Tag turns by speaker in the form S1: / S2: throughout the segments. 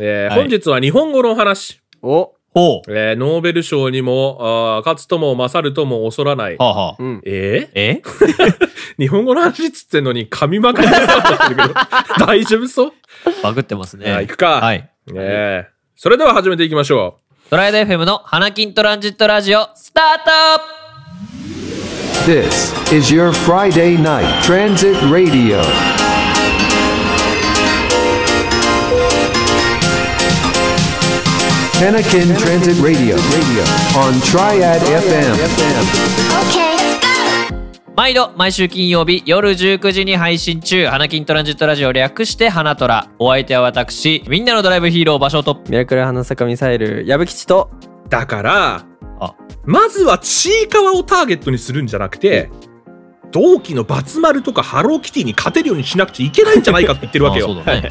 S1: えー
S2: は
S1: 本
S2: い
S1: 日は日本語のお話。
S3: お、
S2: ほう。
S1: えーノーベル賞にも、あー勝つとも勝るとも恐らない。
S2: はあ、はあ
S3: う、ん。
S1: え
S2: え
S1: ー日本語の話っつってんのに噛みまくりそうになってるけど、 大丈夫そう、
S2: バグってますね。
S1: あ行くか。
S2: はい。
S1: ねえそれでは始めていきましょ
S2: トライド FM の花金トランジットラジオ、スタート
S4: This is your Friday night transit radio. Panakin Transit Radio on Triad FM.
S2: 毎度毎週金曜日夜19時に配信中花金トランジットラジオ略して花トラお相手は私みんなのドライブヒーロー場所と
S3: ミラクル花坂ミサイル、矢吹吉と、
S1: う。だから
S2: あ、
S1: まずはちいかわをターゲットにするんじゃなくて、同期のバツ丸とかハローキティに勝てるようにしなくちゃいけないんじゃないかって言ってるわけよ。
S2: あそうだね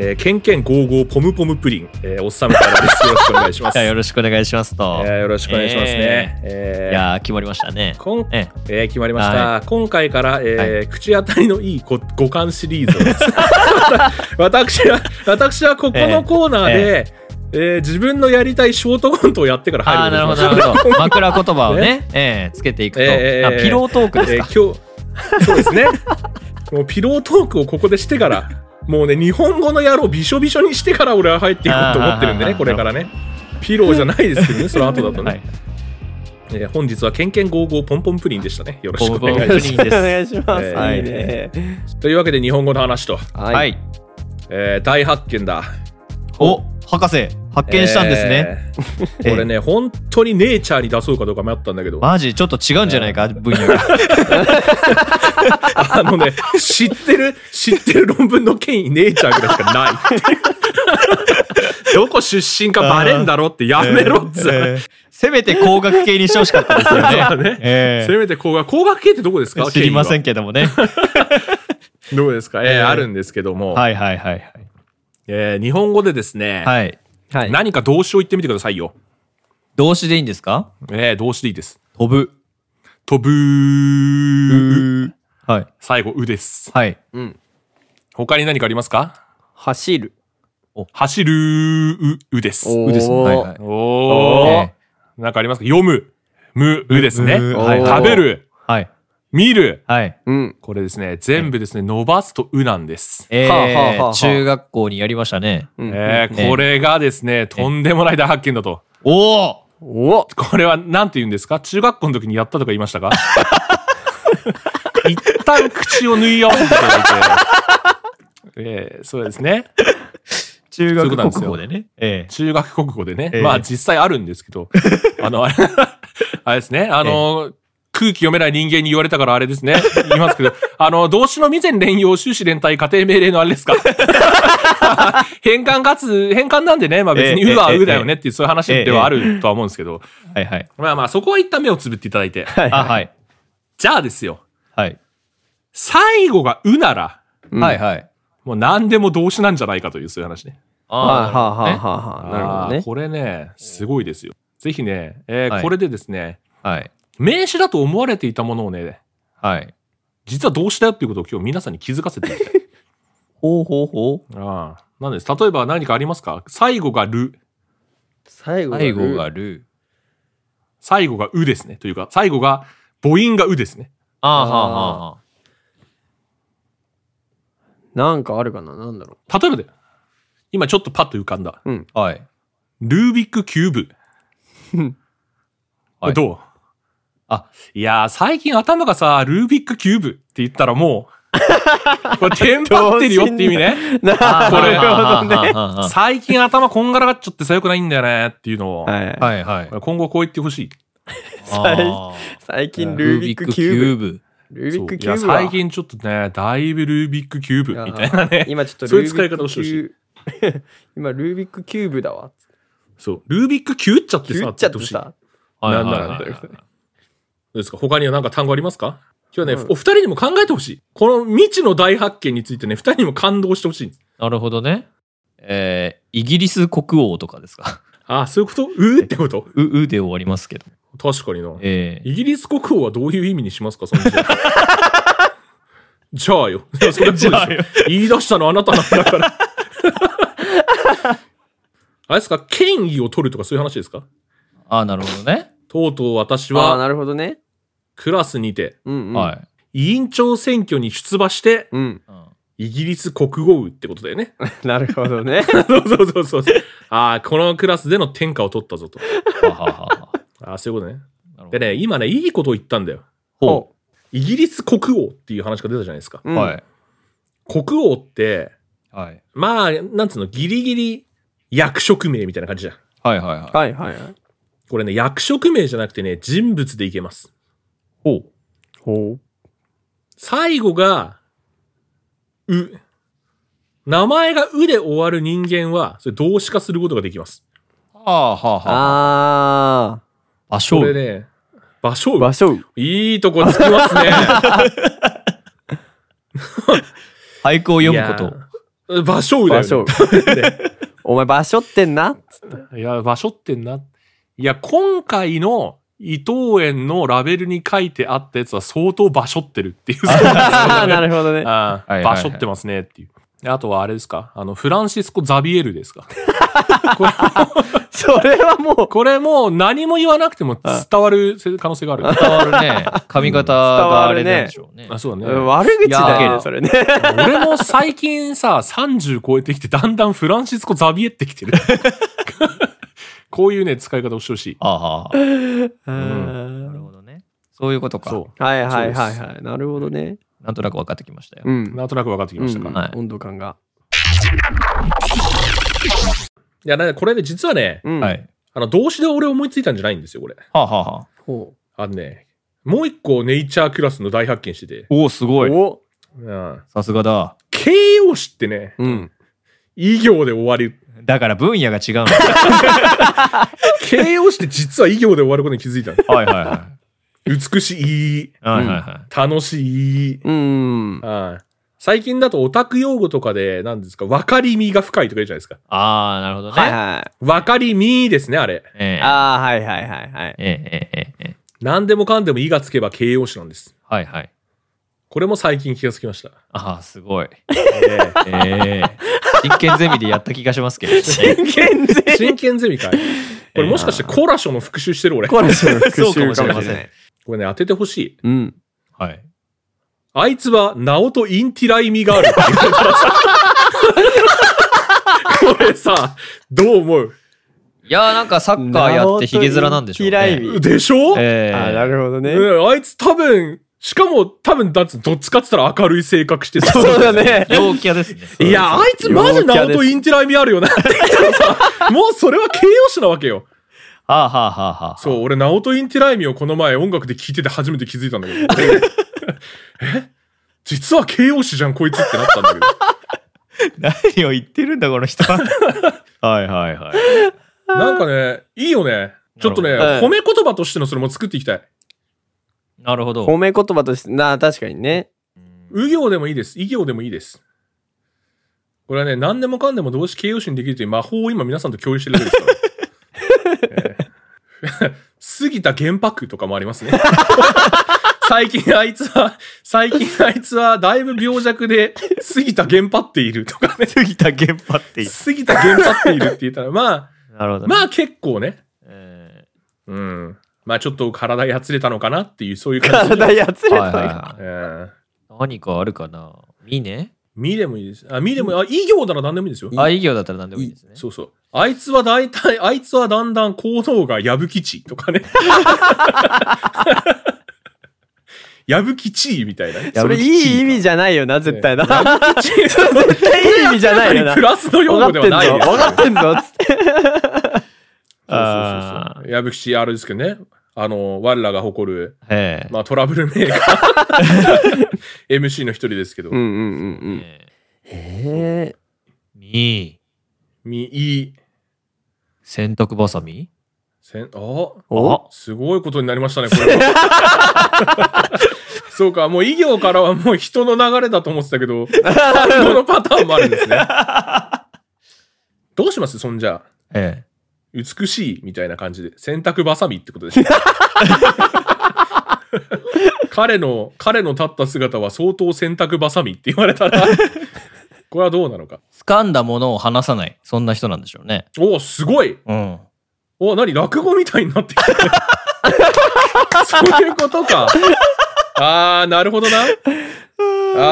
S1: えー、ケンケンゴーゴーポムポムプリン、えー、おっさんからです。よろしくお願いします。
S2: じゃあよろしくお願いしますと、
S1: えーよろしくお願いしますね。え
S2: いやー決まりましたね
S1: 今
S2: ええ
S1: えー決まりました、
S2: は
S1: 今回から、えー口当たりのいいこ五感シリーズをです 私は私はここのコーナーで、えー自分のやりたいショートコントをやってから
S2: あ
S1: 入
S2: あなる
S1: る
S2: ほ
S1: こと
S2: ど
S1: にしま
S2: な
S1: し
S2: るほど 枕言葉をねええつけていくと、
S1: ええええ
S2: あピロートークです
S1: た
S2: か、
S1: えー今日そうですねもうピロートークをここでしてからもうね日本語の野郎びしょびしょにしてから俺は入っていこうと思ってるんで
S2: あ
S1: ね
S2: ー
S1: これからねピローじゃないですけど ねその後だとね、
S2: はい、
S1: えー本日はケンケンゴーゴーポンポンプリンでしたねよろしくお願いし
S2: ポ
S1: ま
S2: ンポンプ
S1: す
S2: リン
S3: お
S2: です
S3: 願いします。
S1: え
S2: ー
S3: いいね。
S1: というわけで日本語の話と
S3: は。
S2: はいい、
S1: えー大発見だ。
S2: お博士発見したんですね、
S1: えー。これね、本当にネイチャーに出そうかどうか迷ったんだけど、
S2: マジちょっと違うんじゃないか、分野が
S1: あのね、知ってる、知ってる論文の権威、ネイチャーぐらいしかないっていう。どこ出身かバレんだろってやめろっつう、
S2: ええせめて工学系にしてほしかったですよねええ
S1: せめて工学、工学系ってどこですか
S2: 知りませ
S1: ん。
S2: んけどもね
S1: どこですかえー
S2: えー
S1: あるんですけども、
S2: はいはいはいはい
S1: えー日本語でですね、
S2: はい。
S3: はい。
S1: 何か動詞を言ってみてくださいよ。
S2: 動詞でいいんですか
S1: えー動詞でいいです。
S2: 飛ぶ。
S1: 飛ぶー。
S2: はい。
S1: 最後、うです。
S2: はい。
S1: 他に何かありますか
S3: 走る。
S1: 走るー、う、うです。
S3: お
S2: うですね。はい
S3: ー
S2: はい。
S1: おー。
S2: え
S1: なんかありますか読む、む、うですね。
S2: む
S1: はい
S3: おー
S1: 食べる、
S2: ーはい。
S1: 見る。
S2: はい。
S3: うん。
S1: これですね、全部ですね、伸ばすとうなんです。
S2: え
S3: はあはあはあは
S2: ー、
S3: あ
S2: 中学校にやりましたね。
S3: うん
S1: えーこれがですね、とんでもない大発見だと。
S2: おお
S3: お
S1: これは何て言うんですか中学校の時にやったとか言いましたか一旦口を縫い合わせていた だいて。えーそうですね。
S2: 中
S1: 学国
S2: 国
S1: 語
S2: 語でね。え
S1: 中学国語でね。
S2: ええ
S1: まあ実際あるんですけ ど。あの、あれ、あれですね。あの、空気読めない人間に言われたからあれですね。言いますけど、 あの、動詞の未然連用、終始連帯、家庭命令のあれですか 変換かつ、変換なんでね、まあ別に
S2: ええ
S1: うは
S2: ええ
S1: うだよねっていうそういう話ではあるとは思うんですけど、
S2: え。はいはい。
S1: まあまあそこは一旦目をつぶっていただいて。
S2: あ、はい。
S1: じゃあですよ。
S2: はい。
S1: 最後がうなら、
S2: はいはい。
S1: もう何でも動詞なんじゃないかというそういう話ね。
S3: はあは
S2: あ
S3: あはあはあ。なるほど
S1: あ
S3: ね
S1: ー。これね、すごいですよ。ぜひね、えー
S2: はい
S1: これでですね、
S2: あ。はい。
S1: 名詞だと思われていたものをね、
S2: はい。
S1: 実は動詞だよっていうことを今日皆さんに気づかせていきたい。
S2: ほうほうほう。
S1: ああ。なんです。例えば何かありますか最後がる、
S3: 最後
S2: 最後がルー。
S1: 最後がうですね。というか、最後が母音がうですね。
S2: ああはあはあはあ。
S3: なんかあるかななんだろ
S1: 例えばで、今ちょっとパッと浮かんだ。
S2: はい。
S1: ルービックキューブ。
S2: はい
S1: どう
S2: あ、
S1: いやー、最近頭がさ、ルービックキューブって言ったらもう、これテンパってるよって意味ね。
S3: う。な
S2: あー
S1: これ
S2: はあはあはあはあ
S1: 最近頭こんがらがっちゃってさ、よくないんだよねっていうのを、
S3: はい。
S2: は いはい。
S1: 今後こう言ってほしい。
S2: あ
S3: 最
S2: ー
S3: 近ルービックキューブ。
S2: ブ。
S3: ルービック
S1: い
S3: キュ
S1: や
S3: ーブは。
S1: 最近ちょっとね、だいぶルービックキューブみたいなね。
S3: 今ちょっと
S1: そう
S3: ル
S1: いう
S3: ー
S1: 使
S3: ビ
S1: い
S3: ッ
S1: 方
S3: ク
S1: をして
S3: キ
S1: ほしい。
S3: ュー 今ルービックキューブだわ。
S1: そう。ルービックキューっちゃって
S3: キュ
S1: さ、
S3: ーっちゃっ
S1: 言
S3: て
S1: ほしいど
S3: さ。
S2: はいは
S1: なん
S2: い
S1: なら
S2: はい
S1: だようですか他には何か単語ありますか今日はね、お二人にも考えてほしい。この未知の大発見についてね、二人にも感動してほしい。
S2: なるほどね。えー、イギリス国王とかですか。
S1: ああ、そういうことうーってこと
S2: う、うで終わりますけど。
S1: 確かにな。
S2: えー、
S1: イギリス国王はどういう意味にしますかその時 じゃあよ。いやそれはそうでしょ
S2: じゃあよ
S1: 言い出したのあなたなんだから。あれですか権威を取るとかそういう話ですか
S2: ああ、なるほどね。
S1: とうとう私
S3: ああ、
S1: は
S3: なるほどね。
S1: クラスにて
S3: うんうん。
S2: はい。
S1: 委員長選挙に出馬して
S3: うん。
S1: イギリス国語部ってことだよ ね。
S3: なるほどね。
S1: そうそうそうそう。ああ、このクラスでの天下を取ったぞと。
S2: はははは
S1: ああ、そういうことね。
S2: なるほど
S1: でね、今ね、いいことを言ったんだよ。
S2: ほ
S1: イギリス国王っていう話が出たじゃないですか。
S3: う
S2: う。
S3: ん
S2: はい。
S1: 国王って、
S2: はい。
S1: まあ、なんつうの、ギリギリ役職名みたいな感じじゃん。
S2: はいはいはい。
S3: はいはいはい。
S1: これね、役職名じゃなくてね、人物でいけます。
S2: ほう。
S3: ほ
S1: 最後が、う。名前がうで終わる人間は、それ動詞化することができます。
S2: はあはあ
S3: う。
S2: はあ。
S3: あ
S2: あ、しょ
S1: これ
S2: う。
S1: ね、場所
S3: あ。
S1: う
S3: 場。所う。
S1: いいとこつきますね。
S2: 俳句を 読むこ
S1: こと。場所うだ
S3: 場所
S1: よ、
S3: う
S1: ね。。
S3: お前場所ってんな。
S1: いや、場所ってんな。いや、今回の伊藤園のラベルに書いてあったやつは相当場所ってるっていう。
S3: ああ、 なるほどね。
S1: あ
S2: はいはい
S1: あ、
S2: は
S1: 場
S2: い
S1: 所ってますねっていう。あとはあれですかあの、フランシスコ・ザビエルですかこれ
S3: それはもう、
S1: これもう何も言わなくても伝わる可能性がある。
S2: と。伝わるね。髪型があれなんでしょうね。
S1: あそうだね。
S3: 悪口だ
S1: いや
S3: よね、
S1: ー
S3: それね。
S1: 俺も最近さ、30超えてきてだんだんフランシスコ・ザビエってきてる。 こういうね、使い方をしてほしい。
S2: ああはあ。な
S3: うん
S2: るほどね。そういうことか。
S1: そ
S3: はいはいはい
S1: そう
S3: はい。なるほどね。
S2: なんとなく分かってきましたよ
S3: う。
S1: う。
S3: ん。
S1: なんとなく分かってきましたか。
S3: うん
S2: はい
S3: 温度感が。
S1: いや、だからこれね、実はね、
S3: うん
S2: は。い。
S1: あの、動詞で俺思いついたんじゃないんですよ、これ。
S2: はあはあはあ。
S3: ほ
S1: あのね、もう一個ネイチャークラスの大発見してて、
S2: おお、す
S3: う
S2: ごい。
S3: お
S1: うん、
S2: さすがだ。
S1: 形容詞ってね、
S3: うん。
S1: 異行で終わる。
S2: だから分野が違うの。
S1: 形容詞って実は異行で終わることに気づい たの
S2: はいはいは
S1: 美しい、
S2: い。はいはいはい。
S1: 楽しい。
S3: うん。
S1: うん最近だとオタク用語とかで、なんですか、分かりみが深いとか言うじゃないですか。
S2: ああ、なるほどね。
S3: はいはい。
S1: 分かりみですね、あれ。
S2: ええ
S3: ああ、はいはいはいはい。
S2: ええええええ
S1: 何でもかんでも意がつけば形容詞なんです。
S2: はいはい。
S1: これも最近気がつきました。
S2: ああ、すごい。
S1: ええ
S2: ええ真剣ゼミでやった気がしますけど、ね。
S3: 真剣ゼミ
S1: 真剣ゼミかい。これもしかしてコラショの復習してる俺。こ
S3: コラシの復
S2: そうかも
S3: 習
S2: し
S3: か
S2: れ
S3: も
S2: ま
S3: し
S2: せ
S3: れ
S2: ん
S3: ない。
S1: れね、当ててほしい。
S3: うん。
S2: はい。
S1: あいつは、ナオとインティライミがあるって言われたらさ。これさ、どう思う
S2: いやーなんかサッカーやってヒゲ面なんでしょうね。
S3: ナオトインティライミ
S1: でしょ、
S2: ええ
S3: ああ、なるほどね。
S1: うんあいつ多分、しかも多分、だってどっちかって言ったら明るい性格してさ
S3: そうだね。
S2: 陽キャですね。
S1: いや、あいつマジナオとインティライミあるよなって言ったらさ、もうそれは形容詞なわけよ。
S2: はあはあはあはあ。
S1: そう、俺、ナオト・インティライミをこの前音楽で聴いてて初めて気づいたんだけど。 え実は形容詞じゃん、こいつってなったんだけど。
S2: 何を言ってるんだ、この人は。はいはいはい。
S1: なんかね、いいよね。ちょっとね、
S3: なる
S1: 褒
S3: ほど
S1: め言葉としてのそれも作っていきたい。
S2: なるほど。
S3: 褒め言葉として、なあ、確かにね。
S1: う行でもいいです。異行でもいいです。これはね、何でもかんでも動詞形容詞にできるという魔法を今皆さんと共有してるわけですから。ええ杉田玄白とかもありますね。最近あいつは、最近あいつはだいぶ病弱で杉田玄白っているとかね。
S2: 杉田玄波って言
S1: 杉田玄白っているって言ったら、まあ、
S2: う。なるほど、ね。
S1: まあ結構ね。
S2: え
S1: うん。まあちょっと体やつれたのかなっていう、そういう感じで。
S3: 体やつ
S2: ー
S3: れ
S2: はい
S3: た
S2: はい
S3: が。
S2: はい
S1: うん。
S2: 何かあるかな。いいね。
S1: 見でもいいです。あ、見でもいい。あ、異行なら何でもいいですよ。
S2: あ、異業だったら何でもいいですね。
S1: そうそう。あいつは大体、あいつはだんだん行動が矢吹地とかね。矢吹地みたいなね。
S3: それいい意味じゃないよな、絶対な。
S1: 絶
S3: 絶対いい意味じゃないよな。
S1: プラスの用語
S3: 分
S1: で
S3: かっ
S1: は
S3: て
S1: ないです。、
S3: んぞ分かってんぞ、つって。
S1: そうそうそう。矢吹地、あれですけどね。あの、我らが誇る、
S2: ええ
S1: まあトラブルメーカ ー。MC の一人ですけど
S3: うん。うんうんうん。
S2: ええ
S3: ええ。
S2: みー
S1: み、いい。
S2: 洗濯バサミ
S1: せん、あ
S3: お
S1: すごいことになりましたね、これは。そうか、もう異業からはもう人の流れだと思ってたけど、このパターンもあるんですね。どうしますそんじゃ、
S2: え
S1: 美しいみたいな感じで、洗濯バサミってことでしょ。彼の、彼の立った姿は相当洗濯バサミって言われたら、ここれはどうなのか。
S2: 掴んだものを離さない。そんな人なんでしょうね。
S1: おお、すごい
S2: うん。
S1: おなに落語みたいになってきたね。 そういうことか。ああ、なるほどな。あ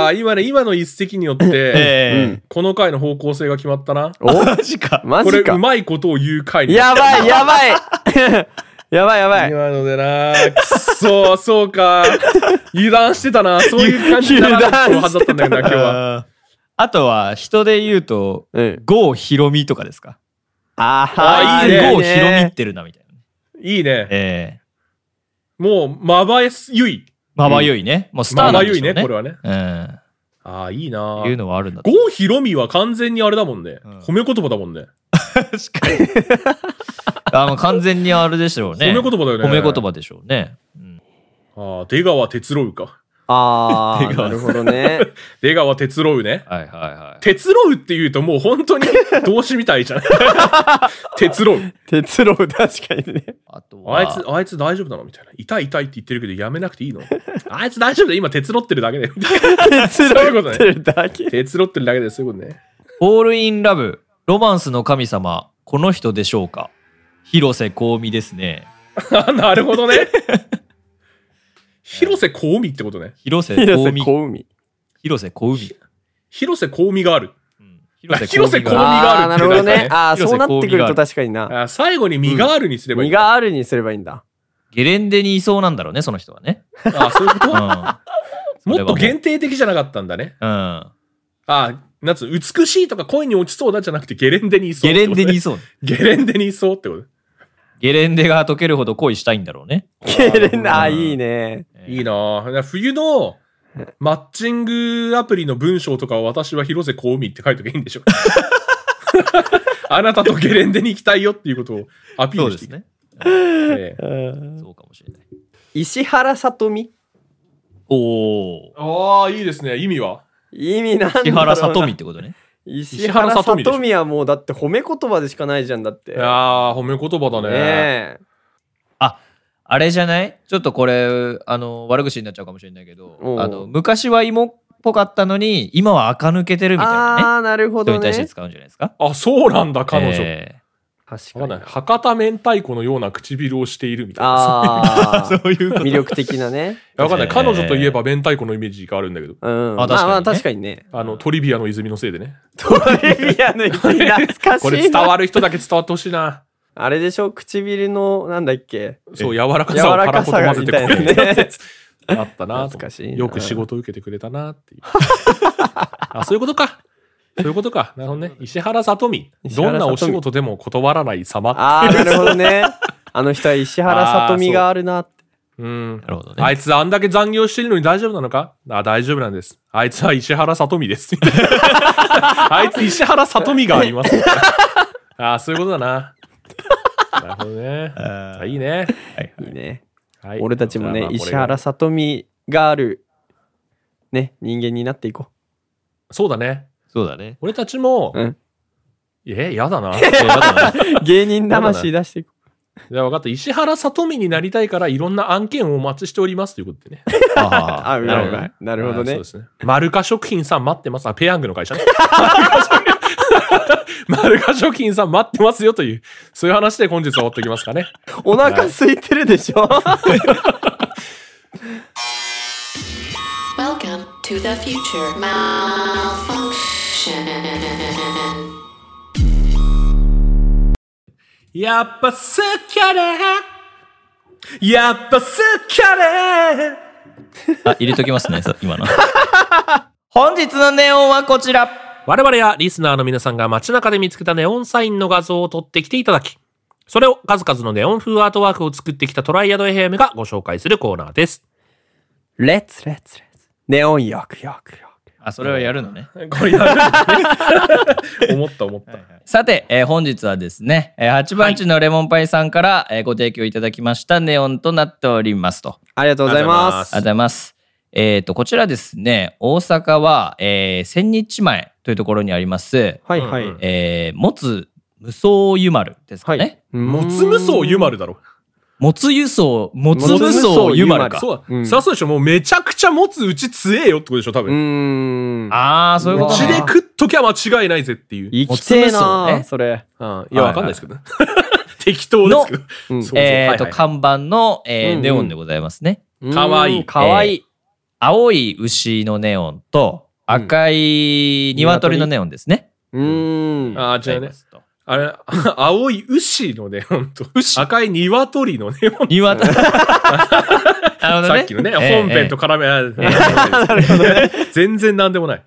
S1: あー、今ね、今の一石によって、
S2: え
S1: この回の方向性が決まったな。
S3: お
S2: えマジか。
S3: マ
S1: これ、
S3: ジ
S1: う
S3: か。
S1: まいことを言う回になった
S3: やばい やばいやばいやばい。
S1: 今のでな、くっそー、そうか。油断してたな。そういう感じだな。
S3: 油断
S1: はずだったんだけどな、今日は。
S2: あーあとは、人で言うと、
S3: うん。
S2: 郷ひろみとかですか。
S3: あ
S1: あ
S3: は
S1: ーいいね
S2: 郷ひろみってるな、みたいな。
S1: いいね。
S2: ええ
S1: もう、まばゆい。
S2: まばゆいね。もうスタ
S1: ま
S2: ーな
S1: ば
S2: んで
S1: ゆい
S2: しょう
S1: ね、
S2: ね。
S1: これはね。
S2: うん。
S1: ああ、いいな
S2: いうのはあるんだと。
S1: 郷ひろみは完全にあれだもんね。
S2: うん
S1: 褒め言葉だもんね。
S2: 確かに。あの、完全にあれでしょうね。
S1: 褒め言葉だよね
S2: 褒め言葉でしょうね。うん
S1: ああ、出川哲郎か。
S3: あ
S2: 手
S3: ー、
S2: が
S3: なるほ どね。
S1: 出川哲郎ね。
S2: はいはいはい。
S1: 哲郎って言うともう本当に動詞みたいじゃん。哲郎。
S3: 鉄郎、確かにね。
S2: あとは、
S1: あいつ、あいつ大丈夫なのみたいな。痛い痛いって言ってるけどやめなくていいのあいつ大丈夫だよ。今、哲郎ってるだけで。
S3: 鉄
S1: そういう
S3: 郎
S1: こと
S3: っ
S1: ね
S3: てるだけ。
S1: 哲郎ってるだけで、そういうことね。
S2: オールインラブ、ロマンスの神様、この人でしょうか広瀬香美ですね。
S1: あなるほどね。広瀬香美ってことね。
S2: 広瀬
S3: 広
S2: 香
S3: 瀬
S2: 美。
S3: 小海。
S2: 広瀬香美。
S1: 広瀬香美がある。
S2: うん
S1: 広瀬香美
S2: が
S1: が
S3: あ
S1: あるっ
S3: ー、な
S1: て
S3: るほど
S1: だからね
S3: ね。あー、
S2: 広瀬
S3: そうなってくる
S2: 香美
S3: と
S2: が
S3: 確かにな。
S1: あ最後に身があるにすればいい。
S3: 身があるにすればいいんだ。
S2: ゲレンデにいそうなんだろうね、その人はね。
S1: あそういうこ
S2: う
S1: と
S2: ん。
S1: もっと限定的じゃなかったんだね。
S2: うん。
S1: あなんつう美しいとか恋に落ちそうだじゃなくてゲレンデにいそう
S2: ゲ
S1: って
S2: レ
S1: こ
S2: ン
S1: とね、
S2: デにいそう。
S1: ゲレンデにいそうってこと。
S2: ゲレンデが溶けるほど恋したいんだろうね。
S3: けれんな、あ
S2: うん
S3: ーいいね。
S1: いいなぁ。冬のマッチングアプリの文章とかを私は広瀬香美って書いとけばいいん でしょ。あなたとゲレンデに行きたいよっていうことをアピー
S2: そう
S1: ル
S2: で
S1: して
S2: す
S1: いく。
S2: ね。
S1: ええ
S3: うん
S2: そうかもしれない。
S3: 石原さとみ
S2: おお。
S1: ああ、いいですね。意味は
S3: 意味なんだろう
S2: 石
S3: な
S2: 原さとみってことね。
S3: 石原さ
S1: 石原さと
S3: とみはもうだって褒め言葉でしかないじゃんだって。
S1: いやー、褒め言葉だね。
S3: ねえ。
S2: あれじゃないちょっとこれ、あの、悪口になっちゃうかもしれないけど
S3: お、う
S2: あの、昔は芋っぽかったのに、今は垢抜けてるみたいなね。
S3: あー、なるほ
S2: 人
S3: ど
S2: に対して
S3: ね。
S2: 使うんじゃないですか。
S1: あ、そうなんだ、彼女。
S2: え
S3: 確
S1: わかん
S3: か
S1: ない
S3: に。
S1: 博多明太子のような唇をしているみたいな。
S3: あ
S2: ーそういうこ
S3: あ、
S2: と。
S3: 魅力的なね。
S1: いやわかんない。
S2: えー
S1: 彼女といえば明太子のイメージがあるんだけど、
S3: うん。ま
S2: あ
S3: あま
S2: 確
S3: あ確
S2: か
S3: かにね。
S1: あの、トリビアの泉のせいでね。
S3: トレビアの一位懐かしいな。
S1: これ伝わる人だけ伝わってほしいな。
S3: あれでしょ唇の、なんだっけ
S1: そう、柔らかさをたらこと混ぜてこ
S3: 柔らかさがみたいなね
S1: う。あったなと
S3: 懐かしいな
S1: よく仕事を受けてくれたなっていう。 あ、そういうことか。そういうことか。なるほどね。石原さとみ。
S3: 石
S1: どん
S3: 原さとみ
S1: なお仕事でも断らない様。
S3: ああ、なるほどね。あの人は石原さとみがあるなって。
S1: うん
S2: な。るほどね。
S1: あいつあんだけ残業してるのに大丈夫なのかあ、大丈夫なんです。あいつは石原さとみ です。あいつ石原さとみがあります。 あ、そういうことだな。なるほどね。あいいね。
S3: いいね。
S1: はい
S3: 俺たちも
S1: じゃ
S3: ね
S1: あ、まあこ
S3: 石
S1: れが
S3: 原さとみがある、ね、人間になっていこ
S1: そうだね。
S2: そうだね。
S1: 俺たちも、
S3: うん
S1: え、やだな。
S3: う。芸人魂出していこ
S1: じゃあ分かった。石原さとみになりたいからいろんな案件をお待ちしておりますということでね。
S3: う。あ
S2: あ
S3: う
S2: な
S3: ま
S2: るほ
S3: いう
S2: ど
S3: ま
S2: ね。
S3: いなるほど
S1: あーそう
S3: ね
S1: で。すね。マルカ食品さん待ってます。あ、ペヤングの会社 ね。マルカ食品さん待ってますよという、そういう話で本日は終わっておきますかね。
S3: お腹空いてるでしょ
S5: Welcome to the future. Malfunction.
S1: やっぱ好きやねやっぱ好きやね
S2: あ、入れときますね、そう今の。本日のネオンはこちら。
S1: 我々やリスナーの皆さんが街中で見つけたネオンサインの画像を撮ってきていただき、それを数々のネオン風アートワークを作ってきたトライアド FM がご紹介するコーナーです。
S3: レッツレッツレッツ。ネオンよくよくよく。
S2: あ、それはやるのね。
S1: これやるんだ ね思った思った。
S2: さて、えー本日はですね、えー8番地のレモンパイさんから、えーご提供いただきましたネオンとなっておりますと。
S3: ありがとうございま
S2: ありがと
S3: す
S2: うご。ざいます。えっ、と、こちらですね、大阪は、えー千日前というところにあります、
S3: はいはい。
S1: うん
S2: えー、持つ無双湯丸ですかね。
S3: はい。
S1: もつ無双ゆまるだろ。もつ輸送、もつ
S3: もつ
S1: 無
S3: 無
S1: 双
S3: 双
S1: ゆ
S3: ゆ
S1: まる
S3: まる
S1: か。
S6: そう、
S3: うん
S6: さそうでしょもうめちゃくちゃ持つうち強えよってことでしょ多
S3: うー
S6: 分。
S3: ん。
S2: ああ、そういう
S6: う
S2: こと
S6: ち
S2: ね
S6: で食っときゃ間違いないぜっていう。
S3: 生きてえ
S1: もつ無双
S3: な
S1: ね
S3: それ。
S6: うんいや、わかんないですけどね。適当ですけど。
S3: うん
S6: そうそう
S2: えっ
S6: はい
S2: と、
S6: はい
S2: 看板の、え
S3: うん
S2: ー
S3: うん
S2: ネオンでございますね。
S6: かわいい
S3: うんかわいい。
S2: 青い牛のネオンと、
S3: ん
S2: 赤い鶏のネオンですね。
S3: うーん。
S6: ああ、違う
S2: ござい
S6: ね
S2: ま。すと。
S6: あれ、 青い牛のね、ほんと。
S2: 牛
S6: 赤い鶏のね、ほんと
S2: 鶏。 なるほど
S6: さっきのね、本編と絡められて、 全然なんでもない。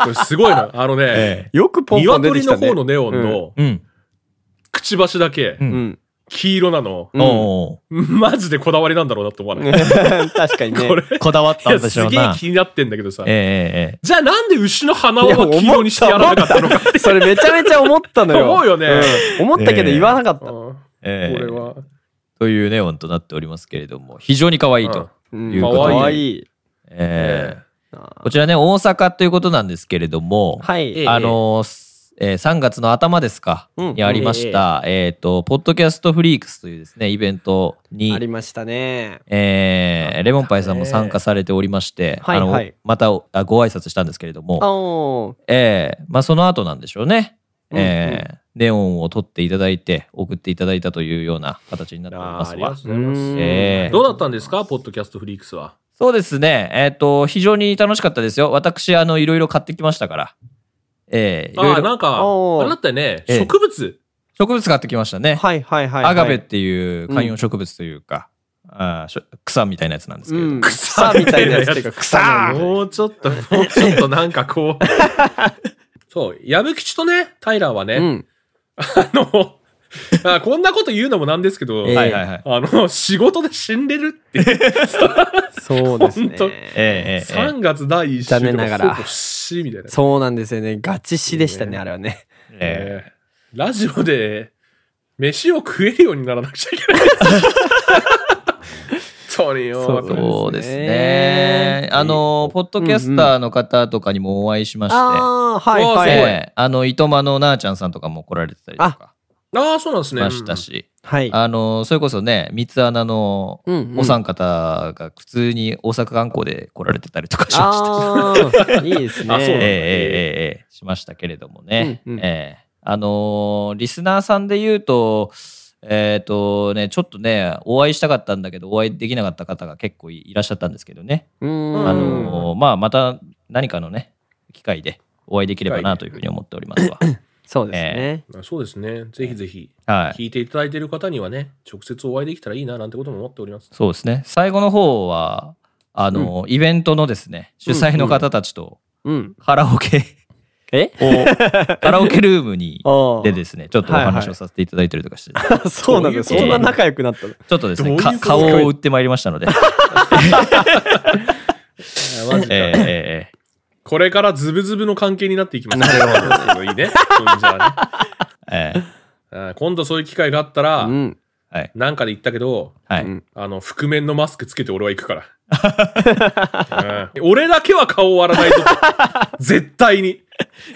S6: これすごいな。あのね、
S2: え
S3: よくポンポン出て
S6: 鶏
S3: きた
S6: の
S3: ね。
S6: 方のネオンの
S2: えうん。
S6: くちばしだけ
S2: うん
S3: うん。
S6: 黄色なの、
S3: うん
S2: お
S6: マジでこだわりなんだろうなと思わない。
S3: 確かにね。
S6: これ、
S2: ーこだわっ
S6: い
S2: たん
S6: や
S2: でし
S6: す
S2: ょう
S6: げえ
S2: な。
S6: 気になってんだけどさ。
S2: えええええ
S6: じゃあなんで牛の鼻は黄色にしてやらなかったのかって。
S3: それめちゃめちゃ思ったのよ。
S6: 思うよね
S3: うん思ったけど言わなかっ
S6: う
S3: た。
S6: ん
S2: ええ
S6: こ
S2: え
S6: れは。
S2: というネオンとなっておりますけれども、非常に可愛いと。
S6: うん
S3: うん
S6: か
S3: か
S6: わいい
S3: わいい。
S2: ええ
S3: あー
S2: こちらね、大阪ということなんですけれども、
S3: はい。
S2: あのーすえー3月の頭ですか、
S3: うん
S2: にありました、えっ、と、ポッドキャストフリークスというですね、イベント
S3: あり
S2: に、
S3: ましたね。
S2: えーレモンパイさんも参加されておりまして、
S3: はい
S2: あの
S3: はい
S2: またおあご挨拶したんですけれども、
S3: あー
S2: ええまあその後なんでしょうね。
S3: うん
S2: ええネオンを取っていただいて、送っていただいたというような形になっており
S6: あ
S2: ま
S6: ーあ
S2: す
S6: りが
S2: わ
S6: とう。ございます。
S3: うん
S2: ええ
S6: どうだったんですか、ポッドキャストフリークスは。
S2: そうですね。えっ、と、非常に楽しかったですよ。私、あの、いろいろ買ってきましたから。ええい
S6: あ
S2: ろ
S6: あ、
S2: いろ
S6: なんか、
S3: おー
S6: あれだったよね、
S2: ええ
S6: 植物。
S2: 植物買ってきましたね。
S3: はいはいはいはい。
S2: アガベっていう観葉植物というか、あーしょ草みたいなやつなんですけれど、
S3: うん草みたいなやつっていうか草なの
S6: もうちょっと、もう ちょっとなん かこう。そう、矢吹吉とね、タイラーはね、
S3: うん。
S6: あの、 あこんなこと言うのもなんですけど、
S3: ええ
S2: はいはいはい。
S6: あの、仕事で死んでるっていう、
S3: そうです
S6: ほんと
S3: ね。
S2: えええええ
S6: 3月第1週
S3: 残念ながら
S6: ほぼ死みたいな。
S3: そうなんですよね。ガチ死でしたね、あれはね。
S2: ええ
S6: ええラジオで飯を食えるようにならなくちゃいけないです。本当に よ。
S3: そう
S2: そうですね。あの、ポッドキャスターの方とかにもお会いしまして、
S3: ああ、はい
S6: おー
S3: は
S2: え
S3: い。
S6: す
S2: えあの、いとまのなあちゃんさんとかも来られてたりとか
S6: ああ、そうなんです
S2: し
S6: ね。
S2: ましたし、
S3: はい。
S2: あの、それこそね、三つ穴の
S3: うんうん
S2: お三方が普通に大阪観光で来られてたりとかしました。
S3: あーいいですね。
S6: あそう
S2: ええええ
S6: な
S2: ええええしましたけれどもね、
S3: うんうん
S2: ええあのーリスナーさんで言うとえっ、とねちょっとねお会いしたかったんだけどお会いできなかった方が結構いいらっしゃったんですけどね、
S3: うーん
S2: あのーまあまた何かのね機会でお会いできればなというふうに思っておりますわ
S3: そうですね。
S6: あそうですね。ぜひぜひ、
S2: はい
S6: 聞いていただいている方にはね、直接お会いできたらいいななんてことも思ってお ります。
S2: そうですね最後の方はあのーイベントのですね主催の方たちと
S3: うん。
S2: カラオケ
S3: え
S2: を カラオケルームに
S3: ああ
S2: でですねちょっとお
S3: はい
S2: 話
S3: は
S2: を
S3: い
S2: させていただいたりとかして、
S3: そうなんです。
S2: どういう
S3: そ
S2: こと
S3: んな仲良くなったの。
S2: ちょっとですね、
S6: どういう
S2: か
S6: こと
S2: 顔を売ってまいりましたので、え
S6: マジか
S2: えええ
S6: これからズブズブの関係になってい きます。なるほど。いいね。うんじゃあね
S2: ええ
S6: あー今度そういう機会があったら、
S3: うん。
S6: なんかで言ったけど、
S2: はい、
S3: うん
S6: あの、覆面のマスクつけて俺は行くから。うん俺だけは顔を割らないぞ と。絶対に。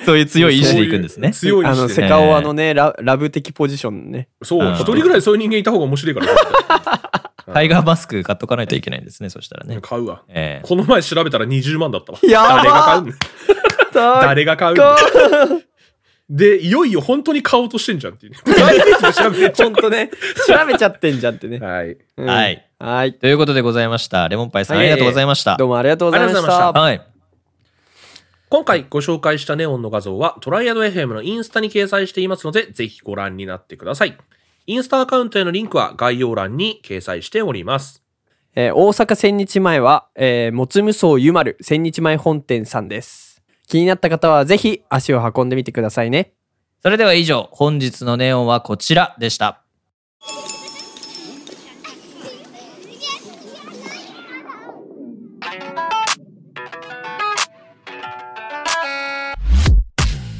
S2: そういう強い意志でいくんですね。
S6: そういう強い
S3: あ
S6: 意
S3: の、
S6: 志で
S3: セ
S6: ね。
S3: カオワのね、ララブ的ポジションね。
S6: そう、
S2: うん
S6: 一人ぐらいそういう人間いた方が面白いから。
S2: タイガーマスク買っとかないといけないんですね、そしたらね。
S6: 買うわ。
S2: ええ
S6: この前調べたら20万だったわ。
S3: やばー
S6: 誰が買うんだ誰が買うんだ
S3: 高
S6: で、いよいよ本当に買おうとしてんじゃんっていうね。プライベートで調べてんじゃ
S3: ほ
S6: ん
S3: んとね、調べちゃってんじゃんってね。
S6: はい。
S3: うん
S2: はい。
S3: はい。
S2: ということでございました。レモンパイさん、
S3: は
S2: あ
S3: い
S2: りがとうございました。
S3: どうもありがとうございまし
S6: ありがとうござい
S3: た。
S2: はい。
S6: 今回ご紹介したネオンの画像はトライアド FM のインスタに掲載していますので、ぜひご覧になってください。インスタアカウントへのリンクは概要欄に掲載しております。
S3: えー大阪千日前は、えーもつ無双ゆまる千日前本店さんです。気になった方はぜひ足を運んでみてくださいね。
S2: それでは以上、本日のネオンはこちらでした。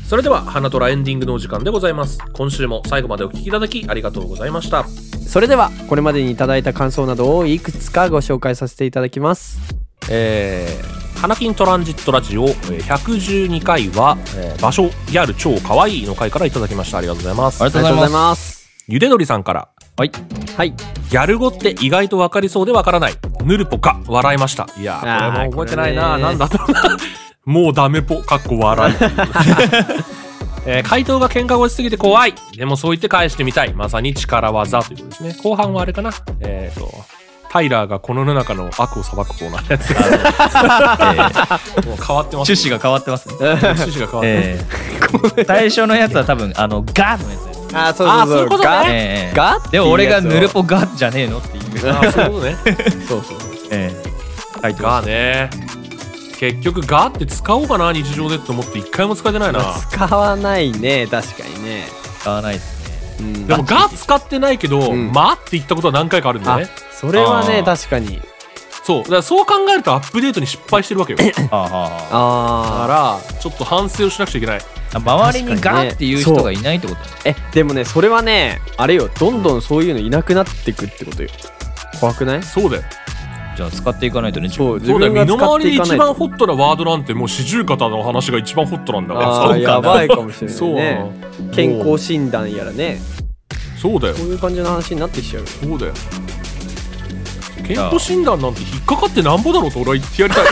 S6: それでは、花虎エンディングのお時間でございます。今週も最後までお聞きいただきありがとうございました。
S3: それではこれまでにいただいた感想などをいくつかご紹介させていただきます
S6: えー、花金トランジットラジオえー112回は、えー場所ギャル超かわいいの回からいただきました。ありがとうございます
S2: あり。がとうございます。
S3: ます
S6: ゆでのりさんから、
S2: はい。
S3: はい。
S6: ギャル語って意外とわかりそうでわからない。ヌルポか、笑いました。いや
S3: あ
S6: ー、
S3: ー
S6: これも覚えてない
S3: こ
S6: な。
S3: れね
S6: なんだろうな。もうダメポ、かっこ 笑い。えー回答が喧嘩越しすぎて怖い。でもそう言って返してみたい。まさに力技ということですね。後半はあれかな。えっ、と、タイラーがこの世の中の悪を裁くコーナーのやつが、 もう変わってます、
S2: 趣旨が変わってますね。
S6: 趣旨が変わってます。
S2: ええ対象のやつは多分あのガーのやつです。
S3: あー、そう
S6: あー
S3: そう
S6: そうい
S3: そうう。
S6: ことね
S3: ガ
S2: ええ
S3: ガっていうやつを
S2: でも俺がヌルポガじゃねえのっていう。
S6: あー そういうことね。
S3: そうそうそう。
S2: ええ回答
S6: ガーね。結局ガーって使おうかな、日常でって思って一回も使えてないな。
S3: 使わないね、確かにね。
S2: 使わないですね。
S3: うん
S6: でも、ガ使ってないけど、
S3: うん
S6: まあって言ったことは何回かあるんだよ
S3: あ
S6: ね。、
S3: それは
S2: あ
S3: ね、
S2: ー
S3: 確かに。
S6: そう。だからそう考えるとアップデートに失敗してるわけよ。だ
S2: はあはあはあ
S3: ああ。
S6: から、ちょっと反省をしなくちゃいけない。
S2: 周りに
S3: 確かに
S2: ガ
S3: ね
S2: ーっていう人がいないってことね。
S3: え、でもね、それはね、あれよ、どんどんそういうのいなくなってくってことよ。怖くない
S6: そうだよ。
S2: じゃあ使っていかないとね。
S3: そう、自
S6: そうだよ。
S3: 分が使
S6: 身の
S3: っ
S6: 回
S3: てい
S6: りで
S3: かな
S6: 一
S3: い
S6: 番
S3: と。
S6: ホットなワードなんてもう四十肩の話が一番ホットなんだから
S3: あ
S6: さ。
S3: あ、やばいかもしれない、ね。
S6: そうなの
S3: 健康診断やらね、
S6: そうだよ
S3: こ。ういう感じの話になってきちゃうよ。
S6: そうだよ。健康診断なんて引っかかってなんぼだろうと俺は言って やりたい。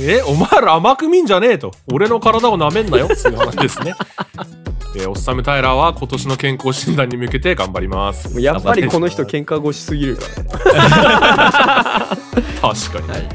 S6: え、お前ら甘く見んじゃねえと。俺の体をなめんなよっていう話ですね。えー、おっさめタイラーは今年の健康診断に向けて頑張ります。
S3: もうやっぱりこの人喧嘩越しすぎるからね。
S6: 確かに、はい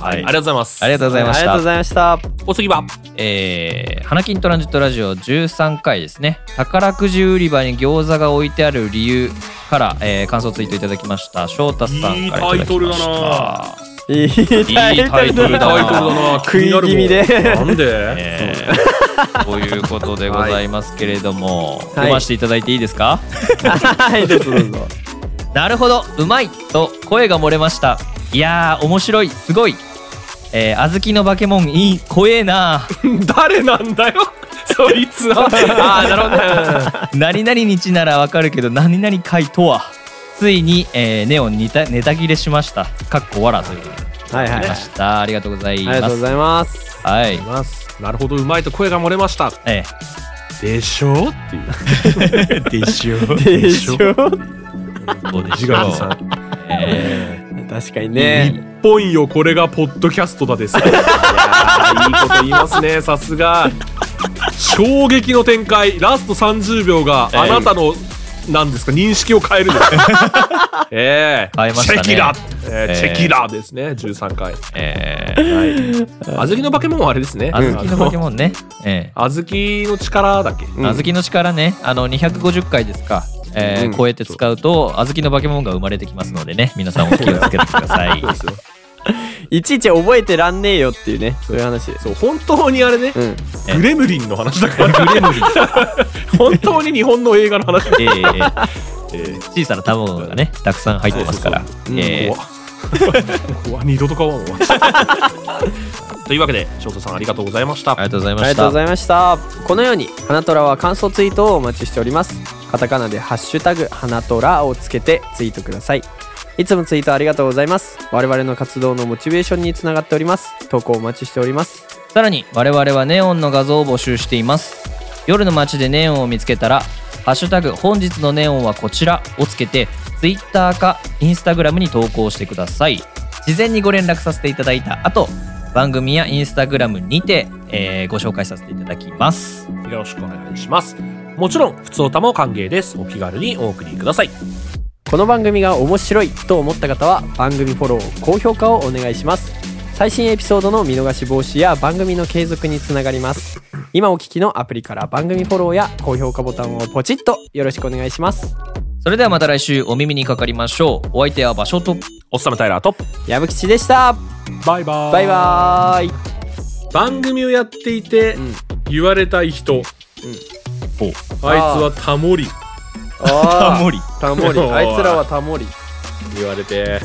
S2: はい。あり
S6: ありがとうございます
S2: ありがとうございま
S3: あ
S2: し
S3: りがと
S2: た
S3: うご。ざいました。
S6: お次は
S2: えー、花金トランジットラジオ13回ですね宝くじ売り場に餃子が置いてある理由から、えー感想ツイートいただきました翔太さんからいただきました
S3: いいタ
S2: いいタイ
S3: イ
S2: ト
S3: ト
S2: ル
S3: ル
S2: だ
S3: だ
S2: な
S3: な。
S6: タイトルだな
S3: 食い気味で
S6: 気になるもんなんで
S2: えーということでございますけれども、
S3: はい
S2: 読ませていただいていいですか、
S3: はい、どうぞどうぞ。
S2: なるほどうまいと声が漏れましたいやー面白いすごいえー、小豆の化け物いい怖えな
S6: 誰なん だよそいつはああなるほどね
S2: 何々日ならわかるけど何々会とはついに、えーネオンにたネタ切れしましたかっこわらという
S3: はいは
S2: あ
S3: い。
S2: りま
S3: あ
S2: した。ありがとうござい
S3: り
S2: ます。
S3: がとうございます。
S2: はい。
S6: なるほどうまいと声が漏れました
S2: え
S6: でしょうっていう
S2: え。でしょ。
S3: でしょ 確
S2: そうでしょ。
S6: ん
S2: え
S3: かにね。
S6: 日本よこれがポッドキャストだですいやーいいこと言います ねさすが衝撃の展開ラスト30秒があなたの、なんですか認識を変える ですええ
S2: 変えましたね
S6: チェキラ、ええ
S2: ええ
S6: チェキラですね13回
S2: え。ええ。
S6: 小豆の化け物はあれですね。
S2: あずきの化け
S6: 物。
S2: 物ね。ええ。
S6: 小豆の力だっけ。
S3: ん
S2: あずきの力ね、あの250回ですか。ええ
S3: うん
S2: 超えて使うと、あずきの化け物が生まれてきますのでね、皆さんお気をつけてください。
S3: いちいち覚えてらんねえよっていうね、そういう話。
S6: そう本当にあれね
S3: う、ん。
S2: ええ
S6: グレムリンの話だから。 グレムリン。本当に日本の映画の話。
S2: ええ小さな卵がね、たくさん入ってますから。
S3: ううん
S2: ええ
S6: 怖っ怖っ二度と買わんわ。というわけで、ショートさんありがとうございました。
S2: ありがとうございま
S3: あり
S2: し
S3: がと
S2: た
S3: うご。ざいました。このように、花虎は感想ツイートをお待ちしております。カタカナでハッシュタグ、花虎をつけてツイートください。いつもツイートありがとうございます。我々の活動のモチベーションにつながっております。投稿お待ちしております。
S2: さらに我々はネオンの画像を募集しています夜の街でネオンを見つけたら「ハッシュタグ本日のネオンはこちら」をつけて Twitter か Instagram に投稿してください事前にご連絡させていただいた後番組や Instagram にて、えーご紹介させていただきます
S6: よろしくお願いします。もちろん、普通歌も歓迎です。お気軽にお送りください。
S3: この番組が面白いと思った方は番組フォロー高評価をお願いします最新エピソードの見逃し防止や番組の継続につながります今お聞きのアプリから番組フォローや高評価ボタンをポチッとよろしくお願いします
S2: それではまた来週お耳にかかりましょうお相手は場所と
S6: おっさめタイラーと。
S3: 矢吹吉でした
S6: バイバーイ。
S3: バイバーイ
S6: 番組をやっていて、
S3: ん
S6: 言われたい人、あいつはタモリ
S3: あー
S2: リ
S3: タモリあいつらはタモリ
S6: 言われて